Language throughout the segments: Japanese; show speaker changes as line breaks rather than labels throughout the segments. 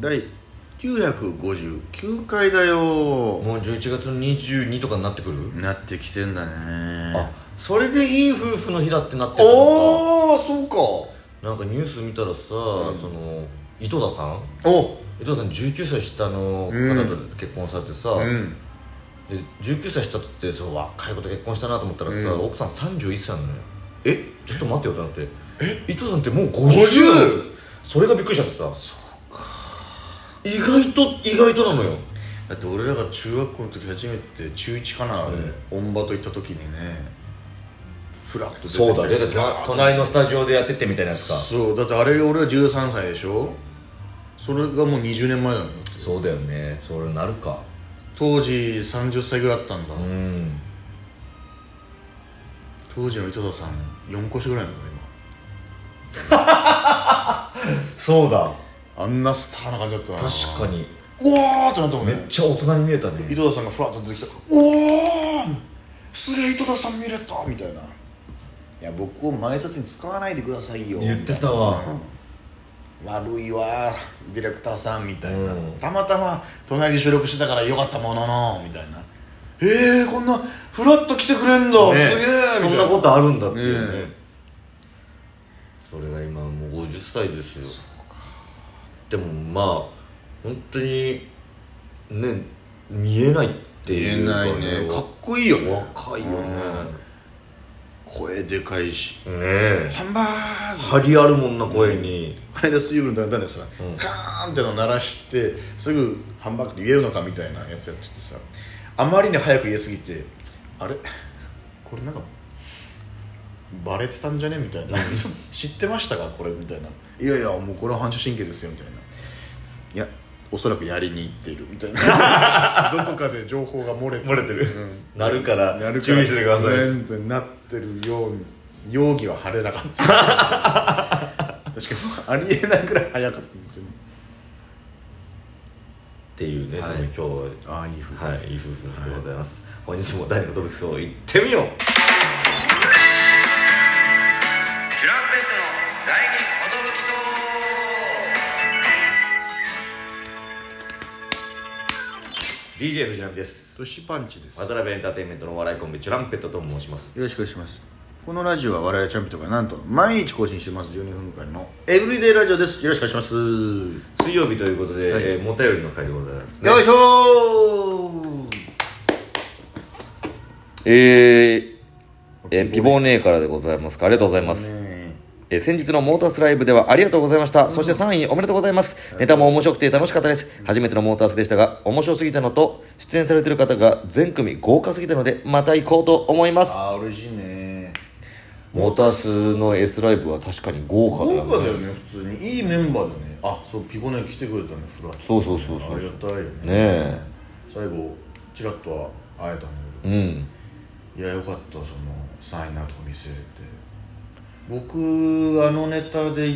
第959回だよ
もう11月22とかになってくる、
なってきてんだね
あそれでいい夫婦の日だってなってたの
おーそうか
かなんかニュース見たらさ、
ん
その井戸田さん
お
井戸田さん19歳下の
うん
方と結婚されてさ、
うん
で19歳下っつってそう若い子と結婚したなと思ったらさ、
うん
奥さん31歳なのよえちょっと待ってよってなってえ井戸田さんってもう 50,
50
それがびっくりしちゃってさ意外と意外となのよ
だって俺らが中学校の時初めて中1かなあれ、音場と行った時にねフラッと
そうだ
出
出
て
て
きて
た隣のスタジオでやってってみたいなやつか
そうだってあれ俺は13歳でしょそれがもう20年前だもん
そうだよねそれなるか
当時30歳ぐらいだったんだ、
うん
当時の井戸田さん4個下ぐらいなの
そうだ
今あんなスターな感じだったな
確かに
にうわーってなったもん
め
ね
っちゃ大人に見えたね
井戸田さんがフラッと出てきた「おおすげえ井戸田さん見れた」みたいな「いや僕を前立てに使わないでくださいよ」
言ってたわ
みたいな悪いわディレクターさん」みたいな、
うん
たまたま隣で収録してたからよかったものの」みたいな「えー、こんなフラッと来てくれんだ、
ね
すげえ」
そんなことあるんだっていう
ね
ねそれが今もう50歳ですよでもまあ本当にね見えないって
言え
いう
ないねかっこいいよね
若いよね
声でかいし
ねえ
ハンバーグ
張りあるもんな声に
この間水分だんだんでさ、カーンっての鳴らしてすぐハンバーグって言えるのかみたいなやつやっててさあまりに早く言えすぎてあれこれなんかバレてたんじゃねみたいな 知ってましたかこれみたいないやいやもうこれは反射神経ですよみたいないやおそらくやりに行ってるみたい などこかで情報が漏れて漏れてる、うん
なるから
なるから
注意しててください
全然なってるように容疑は晴れなかった確かにありえないぐらい早かった本当に
っていうねそ
はい
の今日は
ああいいふう
はい、いい夫婦の日でございます、本日も第のトピックスを行ってみよう
チュランペットの第二音吹き
DJ 藤波です
寿司パンチですよ
渡辺エンターテインメントのお笑いコンビチュランペットと申します
ろしくお願いしますこのラジオは我々チャンピオンがなんと毎日更新してます12分間のエブリデイラジオですよろしくお願いします、
水曜日ということで、えー、もたよりの会でございます、ね、
よいしょー
ええー、ピボネーからでございますかありがとうございます、
ね
えー先日のモータースライブではありがとうございました、そして3位おめでとうございますネタも面白くて楽しかったです、初めてのモータースでしたが面白すぎたのと出演されてる方が全組豪華すぎたのでまた行こうと思います
ああ嬉しいね
モータースの S ライブは確かに豪華だ
豪
よ
華
ね
だよね普通にいいメンバーだよねあそうピコネ来てくれたねフラッ
そうそうそうそう
ありがたいよね
ねえ
最後チラッとは会えたんだけ
うん
どいやよかったその3位なとこ見せれて僕あのネタで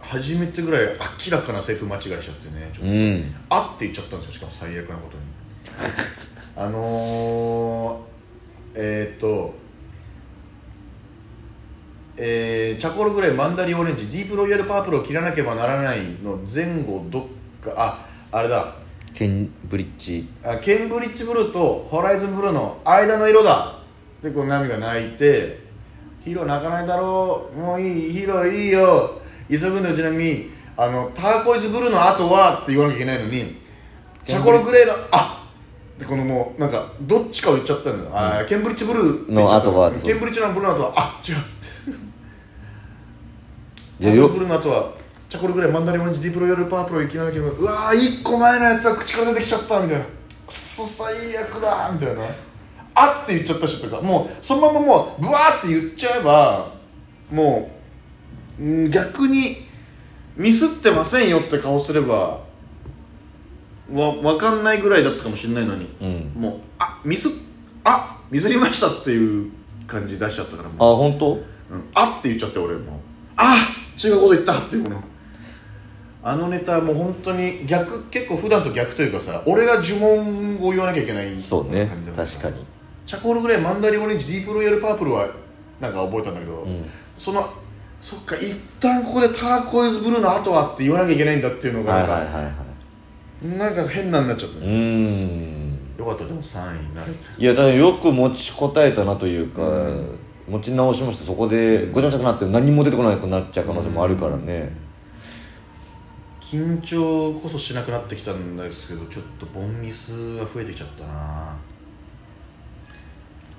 初めてぐらい明らかなセリフ間違いしちゃってねちょっと、
うん
あって言っちゃったんですよしかも最悪なことに あのー、えー、っとえーチャコールグレーマンダリンオレンジディープロイヤルパープルを切らなければならないの前後どっかああれだ
ケンブリッジ
あケンブリッジブルーとホライズンブルーの間の色だでこうナミが泣いて「ヒーロー泣かないだろうもういいヒーローいいよ急ぐんだよちなみにあのターコイズブルーの後は」って言わなきゃいけないのにチャコログレーの「あでこのもうなんかどっちかを言っちゃったんだよ、あーケンブリッジブルーって言っちゃった
の後は
ケンブリッジのブルーの後はあ違うター
じゃあ
コイ
よ
ズブルーの後はチャコログレーマンダリンオレンジディープロイヤルパープルいきなりうわー1個前のやつは口から出てきちゃったみたいなくそ最悪だみたいなあって言っちゃったしとかもうそのままもうブワーって言っちゃえばもううん逆にミスってませんよって顔すればわ分かんないぐらいだったかもしれないのに、
うん
もうあミスあミスりましたっていう感じ出しちゃったからもう
あ本当
うん、あって言っちゃって俺もあ違うこと言ったっていうこのあのネタもう本当に逆結構普段と逆というかさ俺が呪文を言わなきゃいけない
そうね
感じだった
確かに
チャコールグレーマンダリンオレンジディープロイヤルパープルはなんか覚えたんだけど、そのそっか一旦ここでターコイズブルーの後はって言わなきゃいけないんだっていうのが
はい
なん
はい
か、
はいはい
なんか変なんなっちゃった、
うーん
よかったでも3位になれて
いやだからよく持ちこたえたなというか、持ち直しましたそこでごちゃごちゃとなって何も出てこなくなっちゃう可能性もあるからね、
緊張こそしなくなってきたんですけどちょっとボンミスが増えてきちゃったな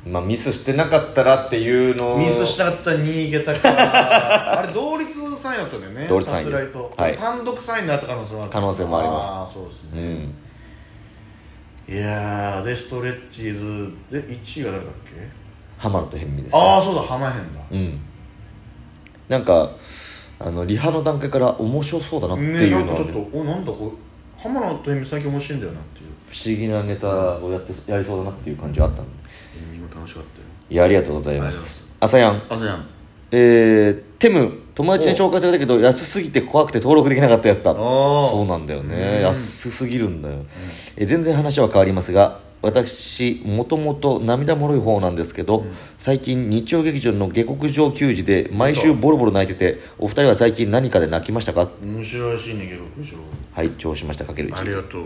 まあミスしてなかったらっていうのを
ミスしなかったら2位いけ たかあれ同率3位だったんだよね
同率3位
さ
です
すらいと、
はい
単独3位になった可能性もある
可能性もあります
ああそうです
う
ね、
ん
いやーでストレッチーズで1位は誰だっけ
ハマると変身ですね
ああそうだ浜辺だ、
うんなんかあのリハの段階から面白そうだなって
ね
い
な
うんの
か
は
ち
ね、
ょっとおなんだこう浜野と恵美最近面白いんだよなっていう
不思議なネタをやってやりそうだなっていう感じがあったんで
恵美も楽しかったよ
いやありがとうございま
ありがとうございます
朝やん
あそうやん
えー、テム友達に紹介されたけど安すぎて怖くて登録できなかったやつだ
ー
そうなんだよね安すぎるんだよ、えー全然話は変わりますが私もともと涙もろい方なんですけど、最近日曜劇場の下克上球児で毎週ボロボロ泣いててお二人は最近何かで泣きましたか
面白いしいね下克上
拝聴しましたかける
あり
1
がとう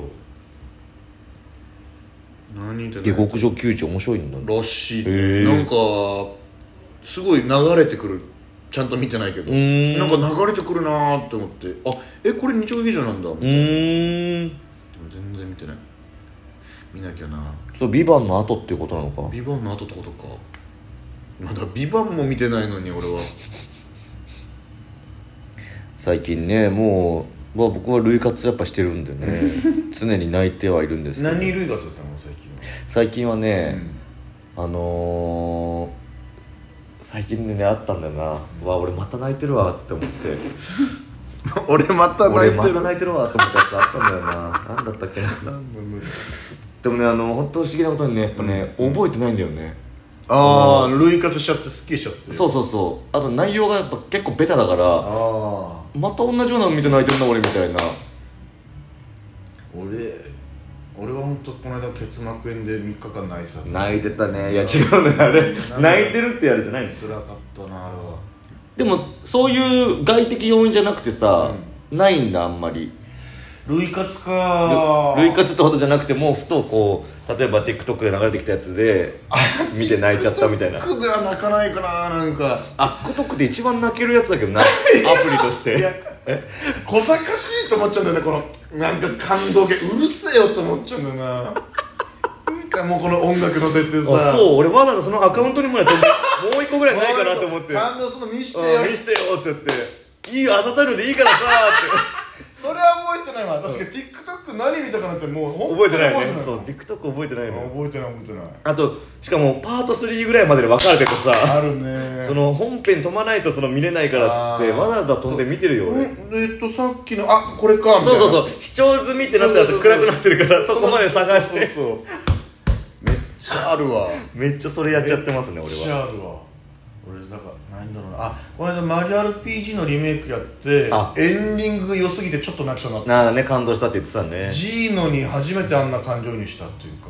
何で
下克上球児面白いんだ
らしい、
へえ
なんかすごい流れてくるちゃんと見てないけど
ん
なんか流れてくるなーって思ってあえこれ日曜劇場なんだ、
う
でも
ーん
全然見てない見なきゃな
そう「ビバンの後っていうことなのか
ビバンの後ってことかまだビバンも見てないのに俺は
最近ねもう、まあ、僕は涙活やっぱしてるんでね 常に泣いてはいるんですけ ど
何類活だったの最近は
最近はね、
う
あのー最近ねあったんだよな、うわ俺また泣いてるわって思って
ん 俺また泣
俺
い
ま
て
た
る
泣いてるわって思ったやつあったんだよ ななんだったっけなでもねあの本当不思議なことにねやっぱね、覚えてないんだよね
ああ類活しちゃってすっきりしちゃって
そううそうそうあと内容がやっぱ結構ベタだから
ああ
また同じようなの見て泣いてるな俺みたいな
俺俺は本当この間結膜炎で3日間泣いてた
泣いてたねいや違うねあれ泣いてるってやるじゃないんです
辛かったなあれは
でもそういう外的要因じゃなくてさ、ないんだあんまり
類活か
類活ってほどじゃなくてもうふとこう例えば TikTok で流れてきたやつ で見て泣いちゃったみたいな
僕では泣かないかななんか
あ TikTok で一番泣けるやつだ けどなアプリとし
いや
て
小賢しいと思っちゃうんだよねこのなんか感動系うるせえよと思っちゃうんだよななんかもうこの音楽の設定さ
あそう俺わざわざそのアカウントにもやってもう一個ぐらいないかなと思 って「
感動するの見してよ
うん見してよ」って言って「いいよあざたるでいいからさ」っ
それは覚えてないわ確かに TikTok 何見たかなっても
て
う
覚えてないね
そ
そうう TikTok 覚えてないのよ
覚えてない覚えてない
あとしかもパート3ぐらいまでで分かれててさ
あるね
その本編飛ばないとその見れないからっつって
あー
わざわざ飛んで見てるよ
うん
俺
えっとさっきのあこれかみた
そ
いうな
そうそう視聴済みってなったらさ
そうそうそう
暗くなってるからそこまで探し
そう
て
そうそうめっちゃあるわ
めっちゃそれやっちゃってますね
めっ
俺
ち
は
ゃあるわ俺なんかないんだろうなあこの間マリオ RPG のリメイクやって
あ
エンディング良すぎてちょっと泣きそうになった
なあね感動したって言ってたね
ジーノに初めてあんな感情にしたっていうか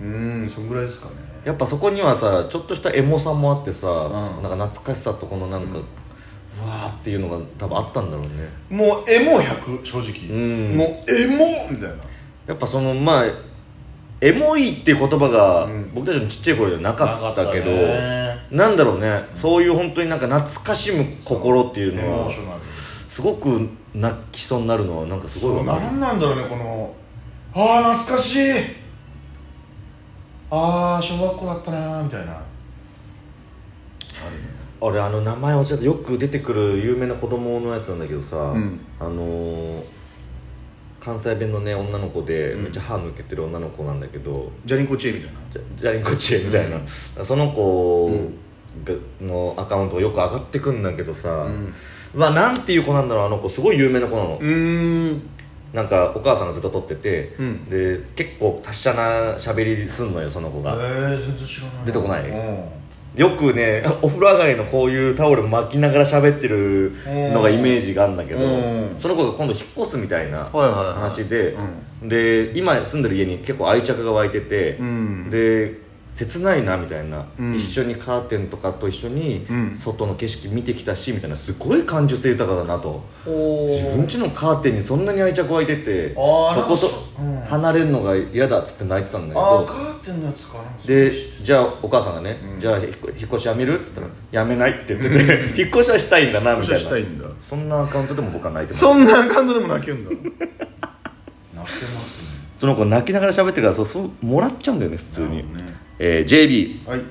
うーんそんぐらいですかね
やっぱそこにはさちょっとしたエモさもあってさ、
ん
なんか懐かしさとこのなんか、うわーっていうのが多分あったんだろうね
もうエモ100正直
うん
もうエモみたいな
やっぱそのまあエモいっていう言葉が、
うん
僕たちのちっちゃい頃ではなかったけど
なかったね
なんだろうね、そういう本当になんか懐かしむ心っていう
エ
の
モー
は
ショナル
すごく泣きそうになるのはなんかすごいわかる
何なんだろうねこのああ懐かしいああ小学校だったなーみたいな
俺あの名前教えてよく出てくる有名な子供のやつなんだけどさ、
ん
あのー関西弁のね女の子でめっちゃ歯抜けてる女の子なんだけど、
ジャリンコチエみたいな
じゃじゃりんこちえみたいな、その子が、のアカウントがよく上がってくんだけどさ、
ん
うわなんていう子なんだろうあの子すごい有名な子なの、
うーん
なんかお母さんがずっと撮ってて、
うん
で結構達者な喋りすんのよその子
え
が、
ー、全然知らない
出てこない
うん
よくね お風呂上がりのこういうタオル巻きながら喋ってるのがイメージがあるんだけど、
うん
その子が今度引っ越すみたいな
はいはいはい
話で、で今住んでる家に結構愛着が湧いてて、
うん
で切ないなみたいな、
うん
一緒にカーテンとかと一緒に
うん
外の景色見てきたしみたいなすごい感受性豊かだなと
お
自分家のカーテンにそんなに愛着湧いててそ
あーなんか
こ
そ
と
うん
離れるのが嫌だっつって泣いてたんだけ
ああ
ど
カーテンのやつかなんか
でじゃあお母さんがね、
うん
じゃあ引っ越引っ越しやめるって言ったら、やめないって言ってて 引っ越しはしたいんだなみ
少したはいし
な
たいんだ
そんなアカウントでも僕は泣いてます
そんな感動でも泣けるんだ 泣けますね
その子泣きながら喋ってるからそうそうもらっちゃうんだよね普通に、
なるほどね
えー JB
はい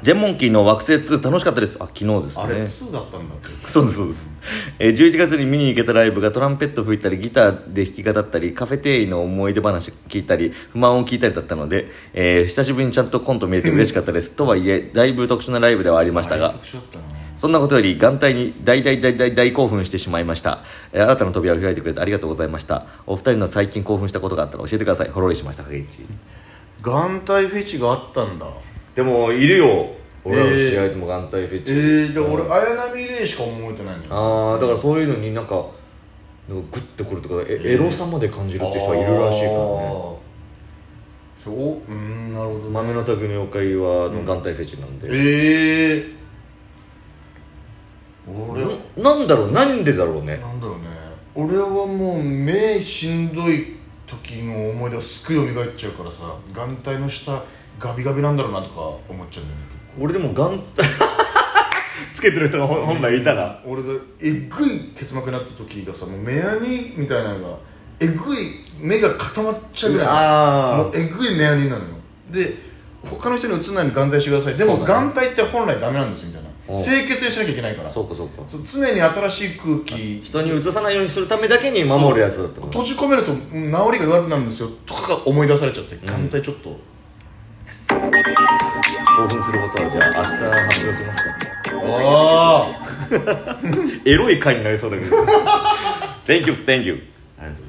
全モンキーの惑星2楽しかったですあ昨日ですね
あれ2だったんだって
そうですそうです、えー11月に見に行けたライブがトランペット吹いたりギターで弾き語ったりカフェ店員の思い出話聞いたり不満を聞いたりだったので、えー久しぶりにちゃんとコント見れて嬉しかったですとはいえだいぶ特殊なライブではありました
あれ
が
特殊だったな
そんなことより眼帯に大大大大大興奮してしまいましたえー新たな扉を開いてくれてありがとうございましたお二人の最近興奮したことがあったら教えてくださいフォローしました影一
眼帯フェチがあったんだ
でもいるよ
俺らの試合
でも眼帯フェ
えー、で俺綾波レイしか思えてないんだよ
ああだからそういうのになんかなんかグッてくるとかえ、エロさまで感じるって人はいるらしいから
あー
ね
そううーんなるほど
豆の卓の妖怪はの眼帯フェチなんで、
ええ俺は
なんだろうなんでだろうね
なんだろうね俺はもう目しんどい時の思い出をすくよみがえっちゃうからさ眼帯の下ガビガビなんだろうなとか思っちゃうんだよね
俺でも眼帯つけてる人が本本来いたら、
俺がえぐい結膜になった時がさもう目やにみたいなのがえぐい目が固まっちゃうぐらい
あー
もうえぐい目やになるのよで他の人に映らないように眼帯してくださいでも
そうだね
眼帯って本来ダメなんですみたいな
お
清潔にしなきゃいけないから
そ
そう
かそうか
う常に新しい空気
人にうつさないようにするためだけに守るやつだってこと
閉じ込めるとうん治りが悪くなるんですよとかが思い出されちゃって眼帯ちょっと、
興奮することはじゃあ明日発表しますか
ああ
エロい回になりそうだけど Thank you, thank you ありがとうございます